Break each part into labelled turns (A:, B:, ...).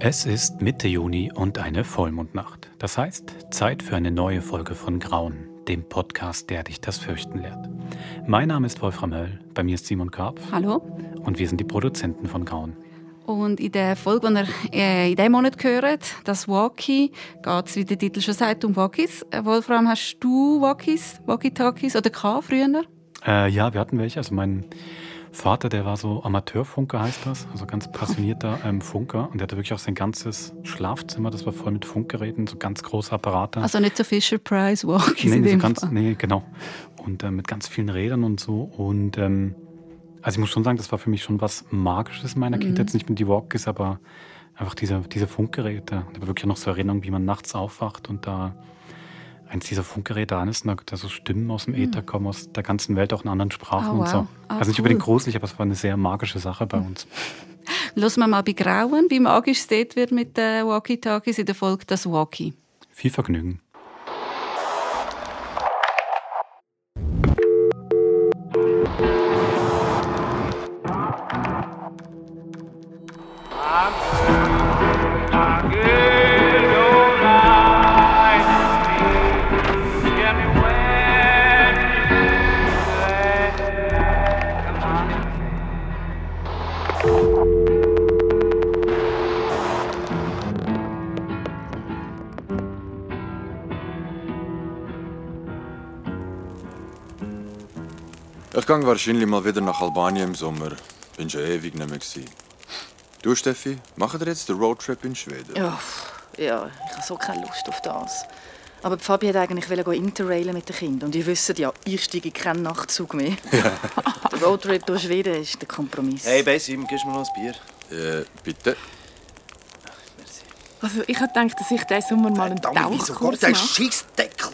A: Es ist Mitte Juni und eine Vollmondnacht. Das heißt, Zeit für eine neue Folge von Grauen, dem Podcast, der dich das Fürchten lehrt. Mein Name ist Wolfram Höll, bei mir ist Simon Karpf
B: Hallo.
A: und wir sind die Produzenten von Grauen.
B: Und in der Folge, die ihr äh, in diesem Monat gehört, das Walkie, geht es, wie der Titel schon sagt, um Walkies. Äh, Wolfram, hast du Walkies, Walkie-Talkies oder K früher?
A: Äh, ja, wir hatten welche. Also mein Vater, der war so Amateurfunker, heißt das. Also ganz passionierter ähm, Funker. Und der hatte wirklich auch sein ganzes Schlafzimmer, das war voll mit Funkgeräten, so ganz große Apparate.
B: Also nicht so Fisher-Price Walkies
A: nee,
B: in
A: so
B: dem
A: ganz,
B: Fall.
A: nee, genau. Und äh, mit ganz vielen Rädern und so. Und ähm, also ich muss schon sagen, das war für mich schon was Magisches in meiner
B: Mhm.
A: Kindheit. Jetzt Nicht mit die Walkies, aber einfach diese, diese Funkgeräte. Ich habe wirklich auch noch so Erinnerungen, wie man nachts aufwacht und da eins dieser Funkgeräte an ist und da, da so Stimmen aus dem Äther kommen, aus der ganzen Welt, auch in anderen Sprachen
B: Ah,
A: und so.
B: Mhm. wow. Ah,
A: also nicht
B: cool. Mhm.
A: unbedingt gruselig, aber es war eine sehr magische Sache bei uns.
B: Lass mal mal bei Grauen, wie magisch es dort wird mit den Walkie-Talkies in der Folge «Das Walkie».
A: Viel Vergnügen.
C: Ich gang wahrscheinlich mal wieder nach Albanien im Sommer. Bin schon ewig nicht mehr. Gewesen. Du, Steffi, machen wir jetzt den Roadtrip in Schweden?
D: Ja, pff, ja, ich habe so keine Lust auf das. Aber die Fabi hat eigentlich wollte interrailen mit den Kindern. Und ihr wisst ja, ich steige in keinen Nachtzug mehr. der Roadtrip durch Schweden ist der Kompromiss.
E: Hey, Basim, gibst mir noch ein Bier?
C: Äh, bitte?
E: Merci.
F: Also ich hätte gedacht, dass ich diesen Sommer
E: Ah,
F: mal einen Tauchkurs mache.
G: Scheißdeckel?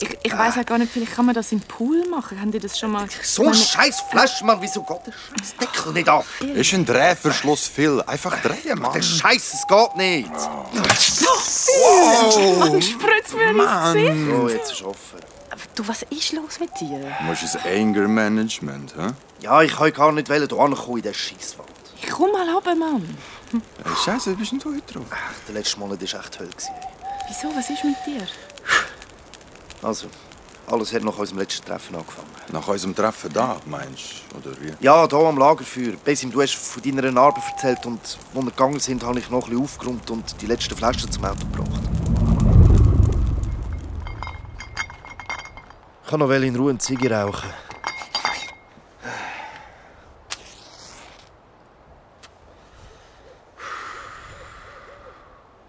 F: Ich, ich weiß auch gar nicht, vielleicht kann man das im Pool machen. Haben die das schon mal?
G: So ein scheiß Fleischmann, wieso geht der Scheißdeckel nicht auf?
C: Ist ein Drehverschluss viel. Einfach drehen, Mann.
G: Der Scheiß, es geht nicht.
F: Spritzt mir ins Gesicht.
E: So, jetzt ist es offen.
D: Du, was ist los mit dir?
C: Du musst ein Anger-Management, hä?
E: Ja, ich wollte gar nicht wollen, du ankommen in diesen Scheisswald.
F: Ich komm mal runter, Mann.
C: Hey, Scheiße, wie bist denn du heute drauf?
E: Ach, Der letzte Monat war echt Hölle. gewesen.
F: Wieso? Was ist mit dir?
E: Also, alles hat nach unserem letzten Treffen angefangen.
C: Nach unserem Treffen da, meinst du? Oder wie?
E: Ja, hier am Lagerfeuer. Basim, du hast von deiner Arbeit erzählt und als wir gegangen sind, habe ich noch ein bisschen aufgeräumt und die letzten Flaschen zum Auto gebracht. Ich kann noch wel in Ruhe eine Ziege rauchen.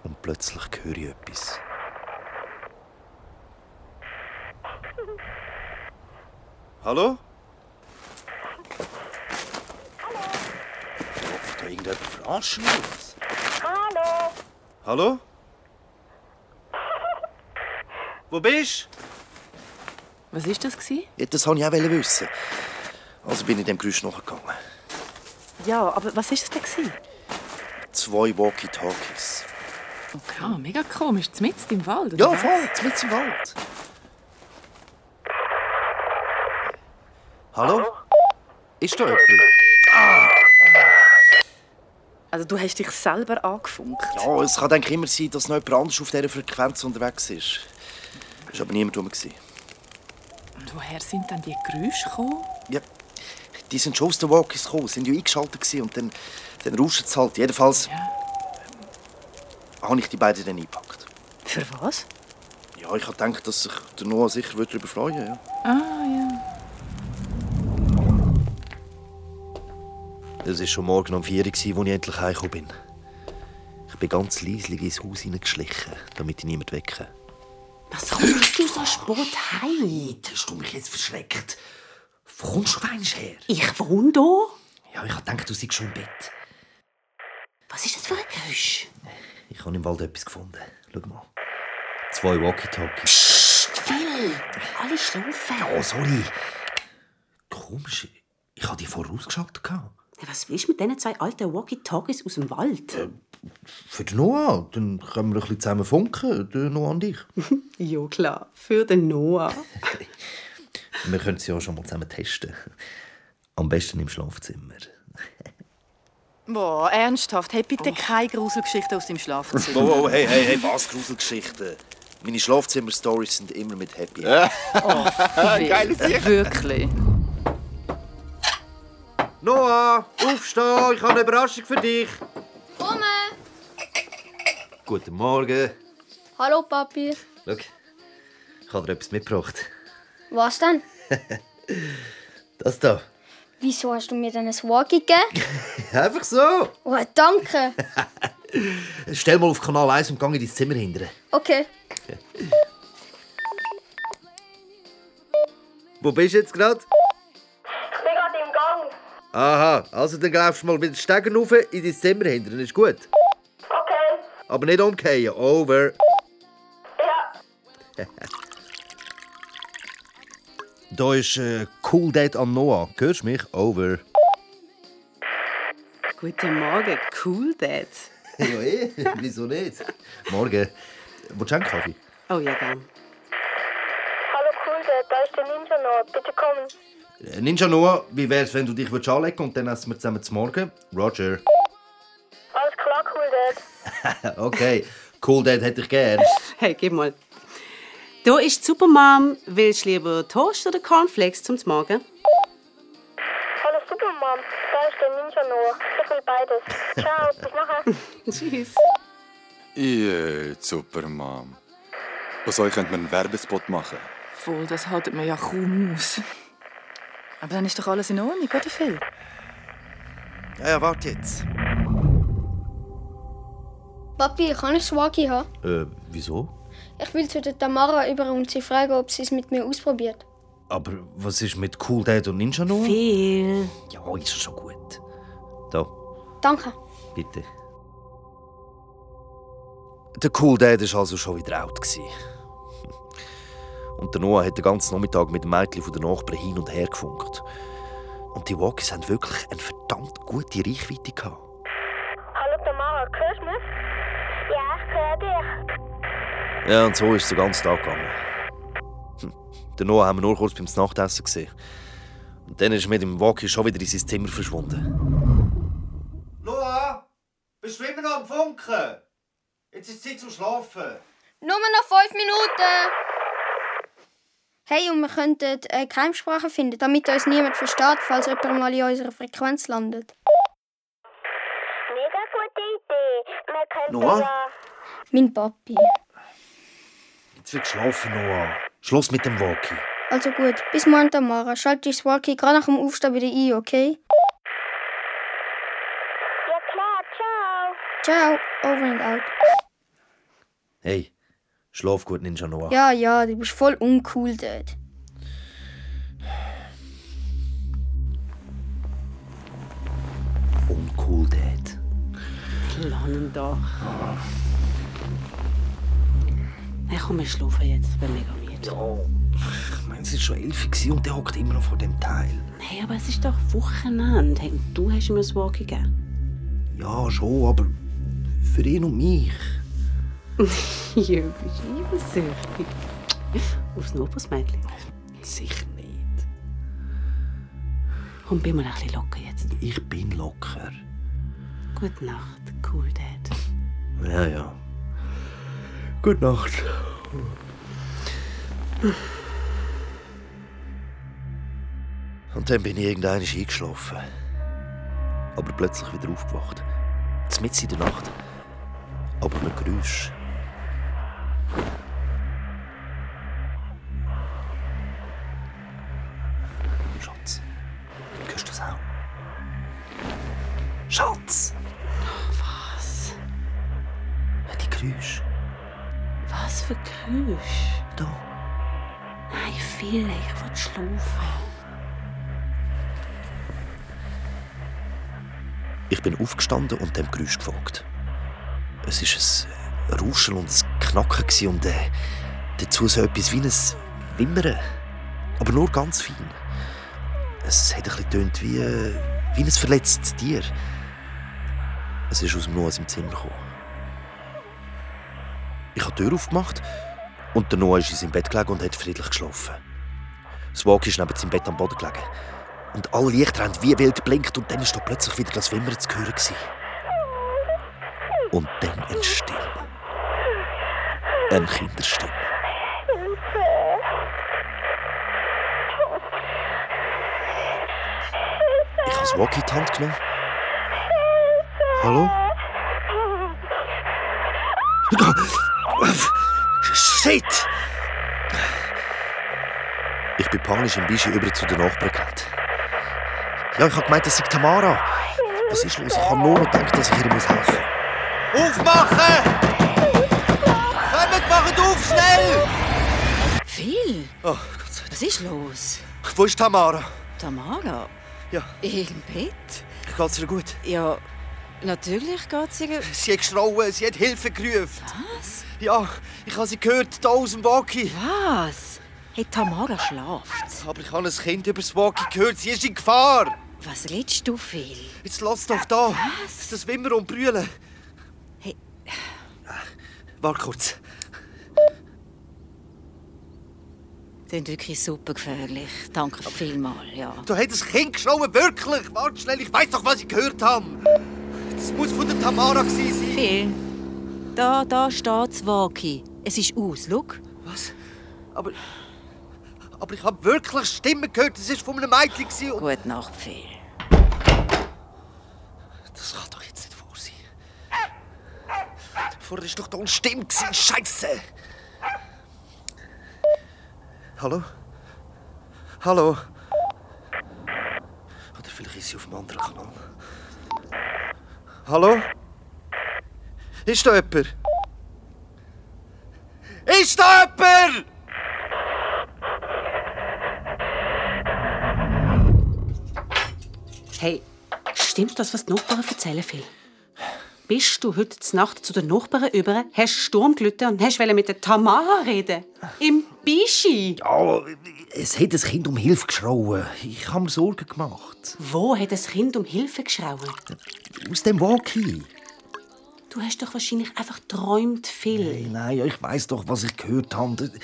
E: Und plötzlich höre ich etwas. Hallo?
G: Hat da irgendjemand verarschen muss?
E: Hallo? Wo bist
F: Was ist das gewesen?
E: du? Das wollte ich auch wissen. Also bin ich dem Geräusch nachgegangen.
D: Ja, aber was ist das denn? gewesen?
E: Zwei Walkie-Talkies.
F: Okay, Ah, mega komisch. Mitten im Wald. oder
E: Ja,
F: was?
E: voll, mitten im Wald. Hallo? Ist da jemand?
D: Also du hast dich selber angefunkt.
E: Ja, es kann denke ich, immer sein, dass noch jemand anderes auf dieser Frequenz unterwegs ist. Es war aber niemand rum. gewesen.
F: Und woher sind dann die Geräusche gekommen?
E: Ja, die sind schon aus den Walkies gekommen, sind ja eingeschaltet gewesen und dann, dann rauschen sie halt. Jedenfalls
F: Ja.
E: habe ich die beiden dann eingepackt.
D: Für was?
E: Ja, ich habe gedacht, dass sich der Noah sicher wird darüber freuen würde. Ja.
F: Ah ja.
E: Es war schon morgen um 4 Uhr, als ich endlich heimgekommen bin. Ich bin ganz leislich ins Haus hineingeschlichen, damit ich niemand wecken.
G: Was kommst du so spät heim? Hast du mich jetzt verschreckt? Wo kommst du eigentlich her?
H: Ich wohne hier.
G: Ja, ich hab gedacht, du seist schon im Bett.
H: Was ist das für ein
I: Äh,
H: Geräusch?
G: Ich habe im Wald etwas gefunden. Schau mal. Zwei Walkie-Talkies.
H: Phil, alle schlafen.
G: Oh, sorry. Komisch, ich habe die vorher ausgeschaltet. gehabt.
H: Was willst du mit diesen zwei alten Walkie-Talkies aus dem Wald?
G: Für den Noah, dann können wir ein bisschen zusammen funken, der Noah und ich.
H: Ja, klar. Für den Noah.
G: Wir können sie ja schon mal zusammen testen. Am besten im Schlafzimmer.
D: Boah, ernsthaft, hey
J: Oh.
D: bitte keine Gruselgeschichte aus dem Schlafzimmer.
E: Wow, wow, hey, hey, hey, was Gruselgeschichten. Meine Schlafzimmer-Stories sind immer mit Happy.
G: Äh,
E: End.
D: Geile Sicht. Wirklich.
K: Noah, aufstehen, ich habe eine Überraschung für dich.
L: Komme!
K: Guten Morgen.
L: Hallo Papi.
K: Schau, ich habe dir etwas mitgebracht.
L: Was denn?
K: Das da.
L: Wieso hast du mir denn ein Walkie gegeben?
K: Einfach so.
L: Oh, danke.
K: Stell mal auf Kanal 1 und geh in dein Zimmer hinterher.
L: Okay.
K: Wo bist du jetzt gerade?
M: Ich bin gerade im Gang.
K: Aha, also dann läufst du mal mit den Stegen rauf in dein Zimmer hinterher. Ist gut.
M: Okay.
K: Aber nicht umkehren. Over.
M: Ja.
K: Da ist äh, Cool Date an Noah. Hörst du mich? Over.
I: Guten Morgen, cool Dad.
K: Ja, eh. Wieso nicht? Morgen. Willst du einen Kaffee?
I: Oh ja, gern.
M: Hallo cool, Dad, da ist der Ninja noch. Bitte komm.
K: Äh, Ninja Noah, wie wär's, wenn du dich würdest anlegen und dann essen wir zusammen zum Morgen? Roger.
M: Alles klar, cool, Dad.
K: Okay. Cool Dad hätte ich gern.
I: Hey, gib mal. Da ist Supermom. Willst du lieber Toast oder Cornflakes zum Morgen?
M: Hallo Supermom, da ist der Ninja noch. Ich will beides. Ciao, bis nachher.
I: Tschüss.
C: Jee, Supermom. Aus euch könnte man einen Werbespot machen.
F: Voll, das haltet man ja kaum aus.
D: Aber dann ist doch alles in Ordnung, oder Phil?
E: Ja, ja, Äh, warte jetzt.
L: Papi, kann ich ein Walkie haben?
K: Äh, wieso?
L: Ich will zu der Tamara über und sie fragen, ob sie es mit mir ausprobiert.
K: Aber was ist mit Cool Dad und Ninja Noah?
I: Phil.
K: Ja, ist schon gut. Da,
L: Danke.
K: bitte.
E: Der Cool Dad war also schon wieder out. gewesen. Und der Noah hat den ganzen Nachmittag mit dem Mädchen von der Nachbarn hin und her gefunkt. Und die Walkies haben wirklich eine verdammt gute Reichweite gehabt.
M: Hallo Tamara, hörst du mich? Ja, ich höre dich.
E: Ja, und so ist es den ganzen Tag gegangen. Hm. Den Noah haben wir nur kurz beim Nachtessen gesehen. Und dann ist er mit dem Walkie schon wieder in sein Zimmer verschwunden.
K: Noah, bist du immer noch am Funken? Jetzt ist Zeit zum Schlafen.
L: Nur noch fünf Minuten! Hey, und wir könnten äh, Keimsprache finden, damit uns niemand versteht, falls jemand mal in unserer Frequenz landet.
M: Mega gute Idee. Man könnte
E: Noah?
M: ja...
L: Mein Papi.
E: Jetzt wird geschlafen, Noah. Schluss mit dem Walkie.
L: Also gut, bis morgen, Tamara. Schalte dein Walkie gerade nach dem Aufstehen wieder ein, okay?
M: Ja klar, ciao.
L: Ciao, over and out.
K: Hey, schlaf gut, Ninja Noah.
L: Ja, ja, du bist voll uncool dort.
K: Und Cool Dad.
I: Planen da. Hey, komm, wir schlafen jetzt. Ich bin mega müde.
E: Oh, ich meine, es war schon elf gewesen und der hockt immer noch vor dem Teil.
I: Hey, aber es ist doch Wochenende. Hey, und du hast ihm ein Walkie gegeben.
E: Ja, schon, aber für ihn und mich.
I: Ja, bist du eifersüchtig. Aufs Nobusmädchen.
E: Sicher nicht.
I: Komm, bin mal ein bisschen locker jetzt.
E: Ich bin locker.
I: Gute Nacht, cool Dad.
E: Ja, ja. Gute Nacht. Und dann bin ich irgendwann eingeschlafen. Aber plötzlich wieder aufgewacht. Mitten in der Nacht. Aber mit Geräusch. Schatz. Hörst du das auch? Schatz!
I: Was?
E: Die Geräusche.
I: Was für Geräusch?
E: Da.
I: Nein, viel, ich will schlafen.
E: Ich bin aufgestanden und dem Geräusch gefolgt. Es war ein Rauschen und ein Knacken gewesen und äh, dazu so etwas wie ein Wimmern. Aber nur ganz fein. Es hat etwas getönt wie, äh, wie ein verletztes Tier. Es ist aus dem Noah im Zimmer gekommen. Ich habe die Tür aufgemacht und der Noah ist in seinem Bett gelegen und hat friedlich geschlafen. Das Walkie ist neben seinem Bett am Boden gelegen. Und alle Lichter haben wie wild blinkt und dann ist doch plötzlich wieder das Wimmern zu hören. Gewesen. Und dann eine Stimme. Eine Kinderstimme. Ich habe das Walkie in die Hand genommen. Hallo? Shit! Ich bin panisch im Bischi über zu den Nachbarn gerannt. Ja, ich habe gemeint, das sei Tamara. Was ist los? Ich habe nur noch gedacht, dass ich ihr muss helfen
N: Aufmachen! Kommt, macht auf, schnell!
J: Phil? Oh, Gott sei Dank. Was ist los?
N: Wo ist Tamara?
J: Tamara?
N: Ja.
J: Im Bett?
N: Geht's ihr gut?
J: Ja, natürlich geht's ihr...
N: Sie hat geschrauen, sie hat Hilfe gerufen.
J: Was?
N: Ja, ich habe sie gehört, da aus dem Walkie.
J: Was? Hey, Tamara schlaft.
N: Aber ich habe ein Kind über das Walkie gehört, sie ist in Gefahr.
J: Was redest du, Phil?
N: Jetzt lass doch da. Was? Das Wimmer und Brüllen.
J: Hey.
N: Warte kurz.
J: Sind wirklich super gefährlich. Danke vielmals, ja.
N: Da hat das Kind geschrauen, wirklich. Warte schnell, ich weiß doch, was ich gehört habe. Das muss von der Tamara gewesen sein.
J: Phil, da, da steht das Walkie. Es ist aus, schau.
N: Was? Aber... Aber ich habe wirklich Stimmen gehört, es war von einem Mädchen. gewesen und-
J: Gute Nacht, Phil.
N: Das kann doch jetzt nicht wahr sein. Vorher war doch da eine Stimme. gewesen, Scheiße! Hallo? Hallo? Oder vielleicht ist sie auf dem anderen Kanal. Hallo? Ist da jemand? Ist da jemand?
I: Hey, stimmt das, was die Nachbarn erzählen, Phil? Bist du heute zur Nacht zu den Nachbarn über, hast Sturm gelitten und hast wollen mit der Tamara reden? Im Bischi?
E: Ja, es hat ein Kind um Hilfe geschrauen. Ich habe mir Sorgen gemacht.
I: Wo hat das Kind um Hilfe geschrauen?
E: Aus dem Walkie.
I: Du hast doch wahrscheinlich einfach träumt, Phil.
E: Nein, nein, ja, ich weiß doch, was ich gehört habe. Da-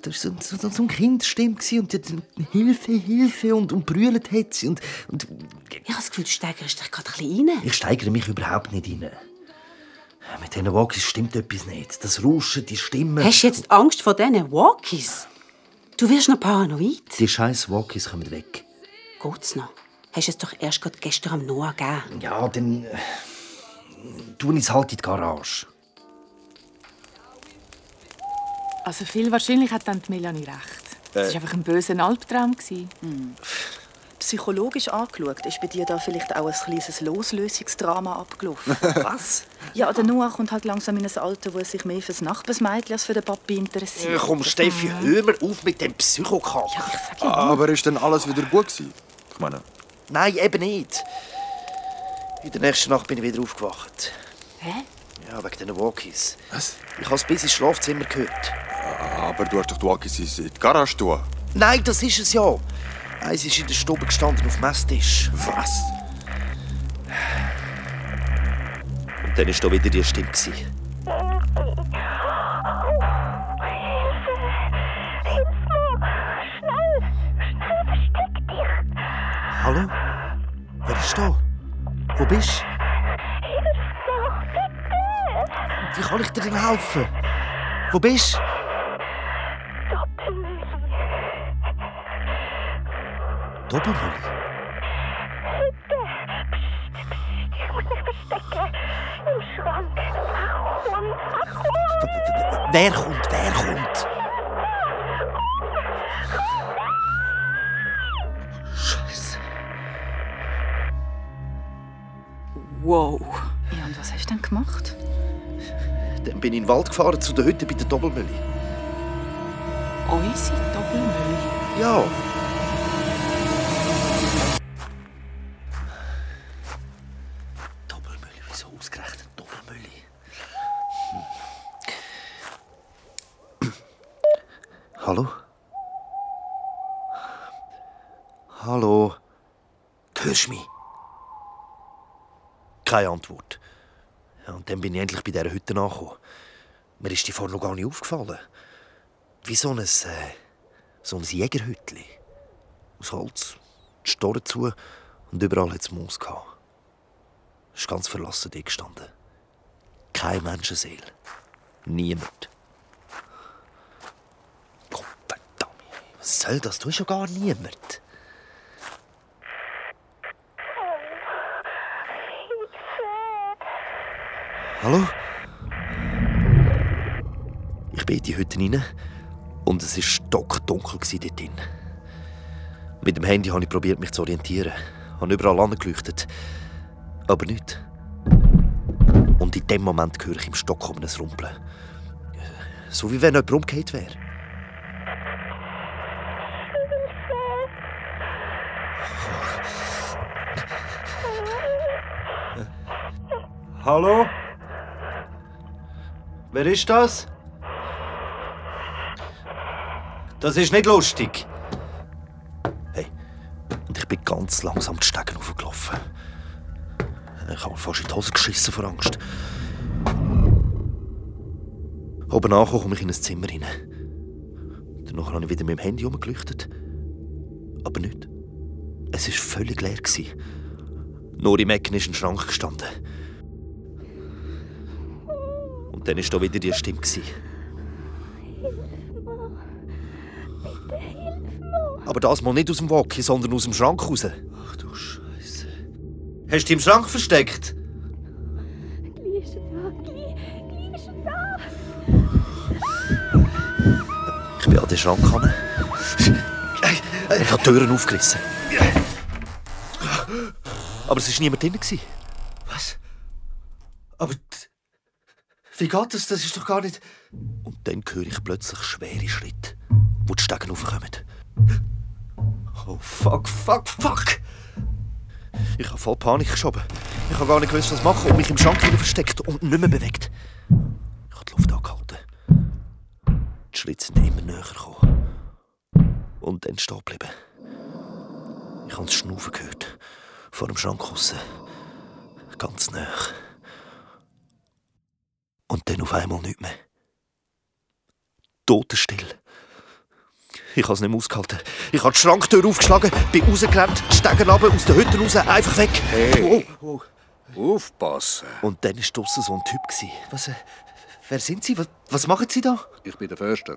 E: Da war so, so, so ein Kindstimme gewesen und die hat Hilfe, Hilfe und, und brüllt hat sie. Und, und
I: Ich habe das Gefühl, du steigerst dich gerade ein bisschen rein.
E: ich steigere mich überhaupt nicht rein. Mit diesen Walkies stimmt etwas nicht. Das Rauschen, die Stimme.
I: Hast du jetzt Angst vor diesen Walkies? Du wirst noch paranoid.
E: Die scheiß Walkies kommen weg.
I: Geht's noch? Hast du es doch erst gerade gestern am Noah gegeben?
E: Ja, dann. Äh, tun ich es halt in die Garage.
F: Also viel wahrscheinlich hat dann die Melanie recht.
E: Äh.
F: Das war einfach ein böser Albtraum. gewesen.
D: Hm. Psychologisch angeschaut, ist bei dir da vielleicht auch ein kleines Loslösungsdrama abgelaufen.
E: Was?
D: Ja, der Noah kommt halt langsam in ein Alter, wo er sich mehr fürs Nachbarsmädchen als für den Papi interessiert.
E: Äh, Komm, Steffi, hör mir auf mit dem Psychokampf. Ja, ich sag
C: Aber ist dann alles wieder gut gewesen? Ich meine,
E: Nein, eben nicht. In der nächsten Nacht bin ich wieder aufgewacht.
F: Hä?
E: Ja, wegen diesen Walkies. Was? Ich habe es bis ins Schlafzimmer gehört.
C: aber du hast doch die Walkies in die Garage tun.
E: Nein, das ist es ja. Eins ist in der Stube gestanden auf dem Messtisch. Was? Und dann war da wieder die Stimme. gewesen. Hallo? Wer ist da? Wo bist du? Wie kann ich dir denn helfen? Wo bist du? Doppelmilch. Wer kommt? Wer kommt?
F: Scheiße. Wow.
D: Ja, und was hast du denn gemacht?
E: Dann bin ich in den Wald gefahren zu der Hütte bei der Doppelmilch.
F: Unsere Doppelmüll.
E: Ja. Doppelmüll, wieso ausgerechnet Doppelmüll? Hm. Hallo? Hallo? Hörst du mich? Keine Antwort. Ja, Und dann bin ich endlich bei dieser Hütte angekommen. Mir ist die vorher noch gar nicht aufgefallen. Wie so ein. Äh, so ein Jägerhütli. Aus Holz. die Tore zu und überall hat es Moos gehabt. Es ist ganz verlassen dort gestanden. Keine Menschenseele. Niemand. Gottverdammt, was soll das? Du hast ja gar niemand. Hallo? Ich bin in die Hütte rein und es war stockdunkel gsi dort drin. Mit dem Handy habe ich probiert, mich zu orientieren. Habe überall angeleuchtet. Aber nicht. Und in dem Moment höre ich im Stock um ein Rumpeln. So wie wenn jemand umgekehrt wäre.
K: Hallo? Wer ist das? Das ist nicht lustig.
E: Und ich bin ganz langsam die Stegen hochgelaufen. Ich habe mir fast in die Hose geschissen vor Angst. Oben angekommen komme ich in ein Zimmer rein. Danach habe ich wieder mit dem Handy herumgeleuchtet. Aber nicht. Es war völlig leer. Gewesen. Nur im Ecken ist ein Schrank gestanden. Und dann war da wieder die Stimme. Gewesen. Aber das mal nicht aus dem Walkie, sondern aus dem Schrank raus.
K: Hast du dich im Schrank versteckt?
E: Ich bin an den Schrank gekommen. Ich habe die Türen aufgerissen. Aber es war niemand drin. gewesen.
K: Was? Aber. d- Wie geht das? Das ist doch gar nicht.
E: Und dann höre ich plötzlich schwere Schritte, wo die Stegen raufkommen. Oh, fuck, fuck, fuck! Ich habe voll Panik geschoben. Ich habe gar nicht gewusst, was machen und mich im Schrank wieder versteckt und nicht mehr bewegt. Ich habe die Luft angehalten. Die Schritte sind immer näher gekommen. Und dann stehen geblieben. Ich habe das Schnaufen gehört. Vor dem Schrank draussen. Ganz nah. Und dann auf einmal nichts mehr. Totenstill. Ich habe es nicht mehr ausgehalten. Ich habe die Schranktür aufgeschlagen, bin rausgerannt, die Stegen runter, aus den Hütten raus, einfach weg.
O: Hey.
E: Oh,
O: Aufpassen!
E: oh. Und dann war draussen so ein Typ. Gewesen. Was, äh, wer sind Sie? Was, was machen Sie da?
O: Ich bin der Förster.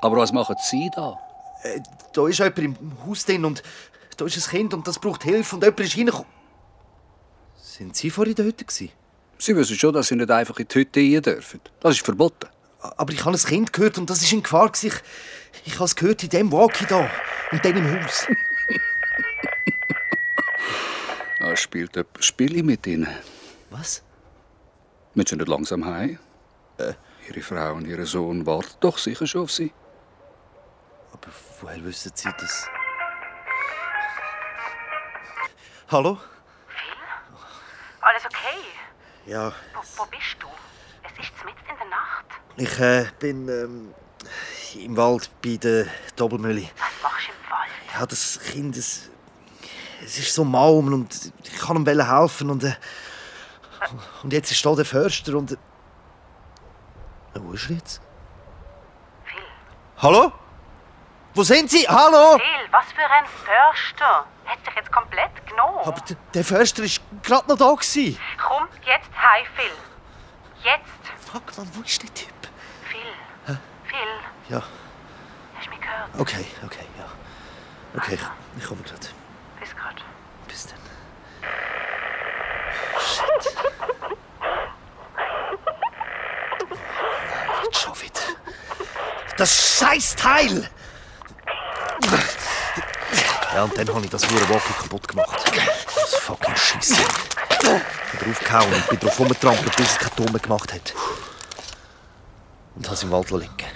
O: Aber was machen Sie da?
K: Äh, da ist jemand im Haus drin und da ist ein Kind und das braucht Hilfe und jemand ist reingekommen. Sind Sie vorhin in der Hütte? Gewesen?
O: Sie wissen schon, dass Sie nicht einfach in die Hütte rein dürfen. Das ist verboten.
K: Aber ich habe ein Kind gehört und das ist in Gefahr. gewesen. Ich, ich habe es gehört in dem Walkie da und dann im Haus.
O: Da Ah, spielt jemand Spiele mit Ihnen.
K: Was?
O: Müssen Sie nicht langsam heim? Äh. Ihre Frau und Ihr Sohn warten doch sicher schon auf Sie.
K: Woher wissen Sie das? Hallo?
P: Alles okay?
K: Ja,
P: Wo, wo bist du? Es ist mitten in der Nacht.
K: ich äh, bin ähm, im Wald bei der Doppelmühle.
P: Was machst du im Wald?
K: Ja, das Kind, es, es ist so malm und ich kann ihm wollen helfen und äh, und jetzt ist da der Förster und äh, wo ist er jetzt? Hallo? Wo sind Sie? Hallo?
P: Phil, was für ein Förster! Hat dich jetzt komplett genommen.
K: Aber d- der Förster ist gerade noch da gewesen.
P: Komm jetzt heim, Phil. Jetzt!
K: Fuck, Mann, wo ist der Typ?
P: Phil,
K: Hä?
P: Phil,
K: Ja,
P: hast du mich gehört?
K: okay, okay, ja. Okay, ich, ich komme gerade.
P: Bis grad.
K: Bis dann.
E: Shit. Nein, schon wieder.
K: Das scheiß Teil!
E: Ja, und dann habe ich das Hure Walkie kaputt gemacht. Das fucking Scheiße. Ich bin draufgehauen und bin drauf rumgetrampelt, bis es keinen Ton mehr gemacht hat. Und habe es im Wald liegen.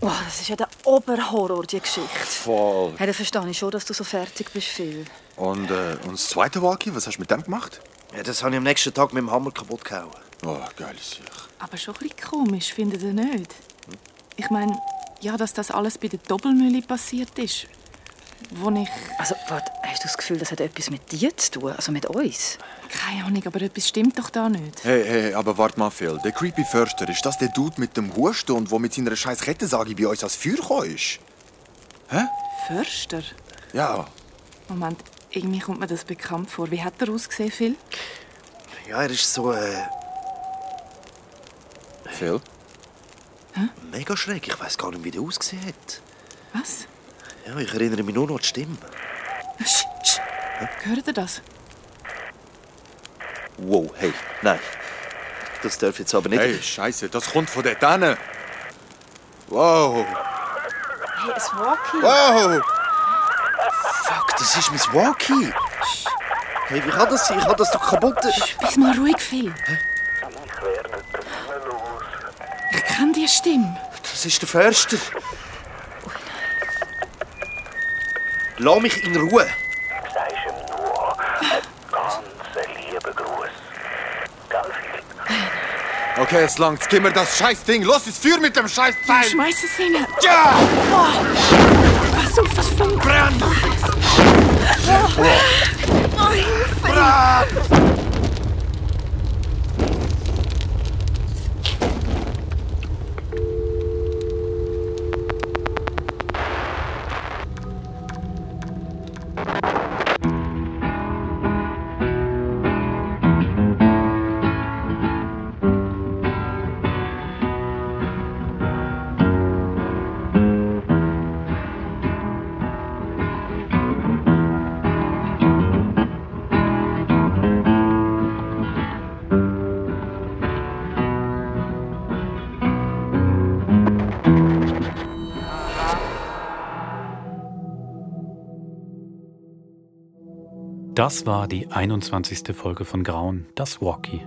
D: Wow, das ist ja der Oberhorror, die Geschichte.
C: Voll.
D: Hey, da verstehe ich schon, dass du so fertig bist, Phil.
C: Und, äh, und das zweite Walkie, was hast du mit dem gemacht?
K: Ja, das habe ich am nächsten Tag mit dem Hammer kaputt gehauen.
C: Oh, geile Sache.
F: Aber schon ein bisschen komisch, findet ihr nicht? Ich meine, ja, dass das alles bei der Doppelmühle passiert ist. Wo ich...
D: Also, warte, hast du das Gefühl, das hat etwas mit dir zu tun? Also mit uns?
F: Keine Ahnung, aber etwas stimmt doch da nicht.
C: Hey, hey, aber warte mal, Phil. Der creepy Förster, ist Oh. das der Dude mit dem Husten, der mit seiner scheiß Kettensage bei uns als Feuer gekommen ist? Hä?
D: Förster?
C: Ja,
D: Moment, irgendwie kommt mir das bekannt vor. Wie hat er ausgesehen, Phil?
E: Ja, er ist so. Äh,
C: Phil?
E: Mega schräg. Ich weiß gar nicht, wie der ausgesehen hat.
D: Was?
E: Ja, ich erinnere mich nur noch an die Stimme.
D: Sch, sch. Hört ihr das?
E: Wow, hey, nein. Das darf jetzt aber nicht.
C: Hey, Scheiße, das kommt von dort hin. Wow.
Q: Hey, ein Walkie.
C: Wow.
E: Fuck, das ist mein Walkie. Hey, wie kann das sein? Ich habe das doch kaputt.
D: Bist mal ruhig, Phil. Ich kenne die Stimme.
E: Das ist der Förster. Lass mich in Ruhe.
R: Sagst ihm nur einen ganz lieben Gruß. Gell, Phil?
C: Okay, es langt. Gib mir das scheiß Ding. Los, ins Feuer mit dem scheiß Pfeil.
D: Schmeiß es hin.
C: Ja!
D: Was auf das Funk?
C: Brenn!
A: Das war die 21. Folge von Grauen, das Walkie.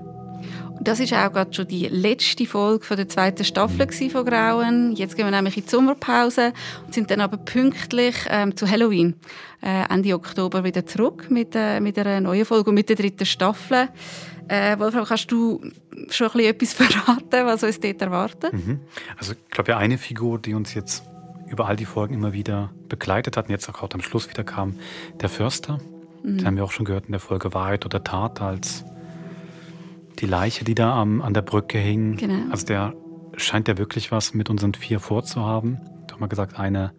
B: Und das ist auch gerade schon die letzte Folge von der zweiten Staffel gewesen von Grauen. Jetzt gehen wir nämlich in die Sommerpause und sind dann aber pünktlich ähm, zu Halloween äh, Ende Oktober wieder zurück mit, äh, mit einer neuen Folge und mit der dritten Staffel. Äh, Wolfram, kannst du schon ein bisschen etwas verraten, was uns dort erwartet?
A: Mhm. Also ich glaube ja eine Figur, die uns jetzt über all die Folgen immer wieder begleitet hat und jetzt auch gerade am Schluss wieder kam, der Förster.
B: Mhm.
A: Den haben wir auch schon gehört in der Folge Wahrheit oder Tat als die Leiche, die da am, an der Brücke hing.
B: Genau.
A: Also der scheint ja wirklich was mit unseren vier vorzuhaben. Ich habe mal gesagt, eine,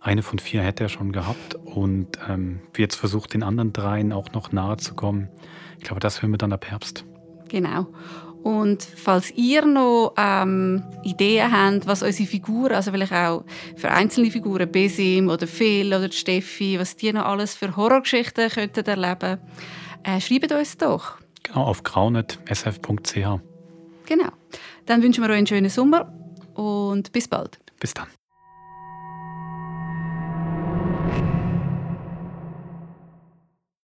A: eine von vier hätte er schon gehabt und ähm, wir jetzt versucht, den anderen dreien auch noch nahe zu kommen. Ich glaube, das hören wir dann ab Herbst.
B: Genau. Und falls ihr noch ähm, Ideen habt, was unsere Figuren, also vielleicht auch für einzelne Figuren, Besim oder Phil oder die Steffi, was die noch alles für Horrorgeschichten könnten erleben, äh, schreibt uns doch.
A: Genau, auf graunet.sf.ch.
B: Genau. Dann wünschen wir euch einen schönen Sommer und bis bald.
A: Bis dann.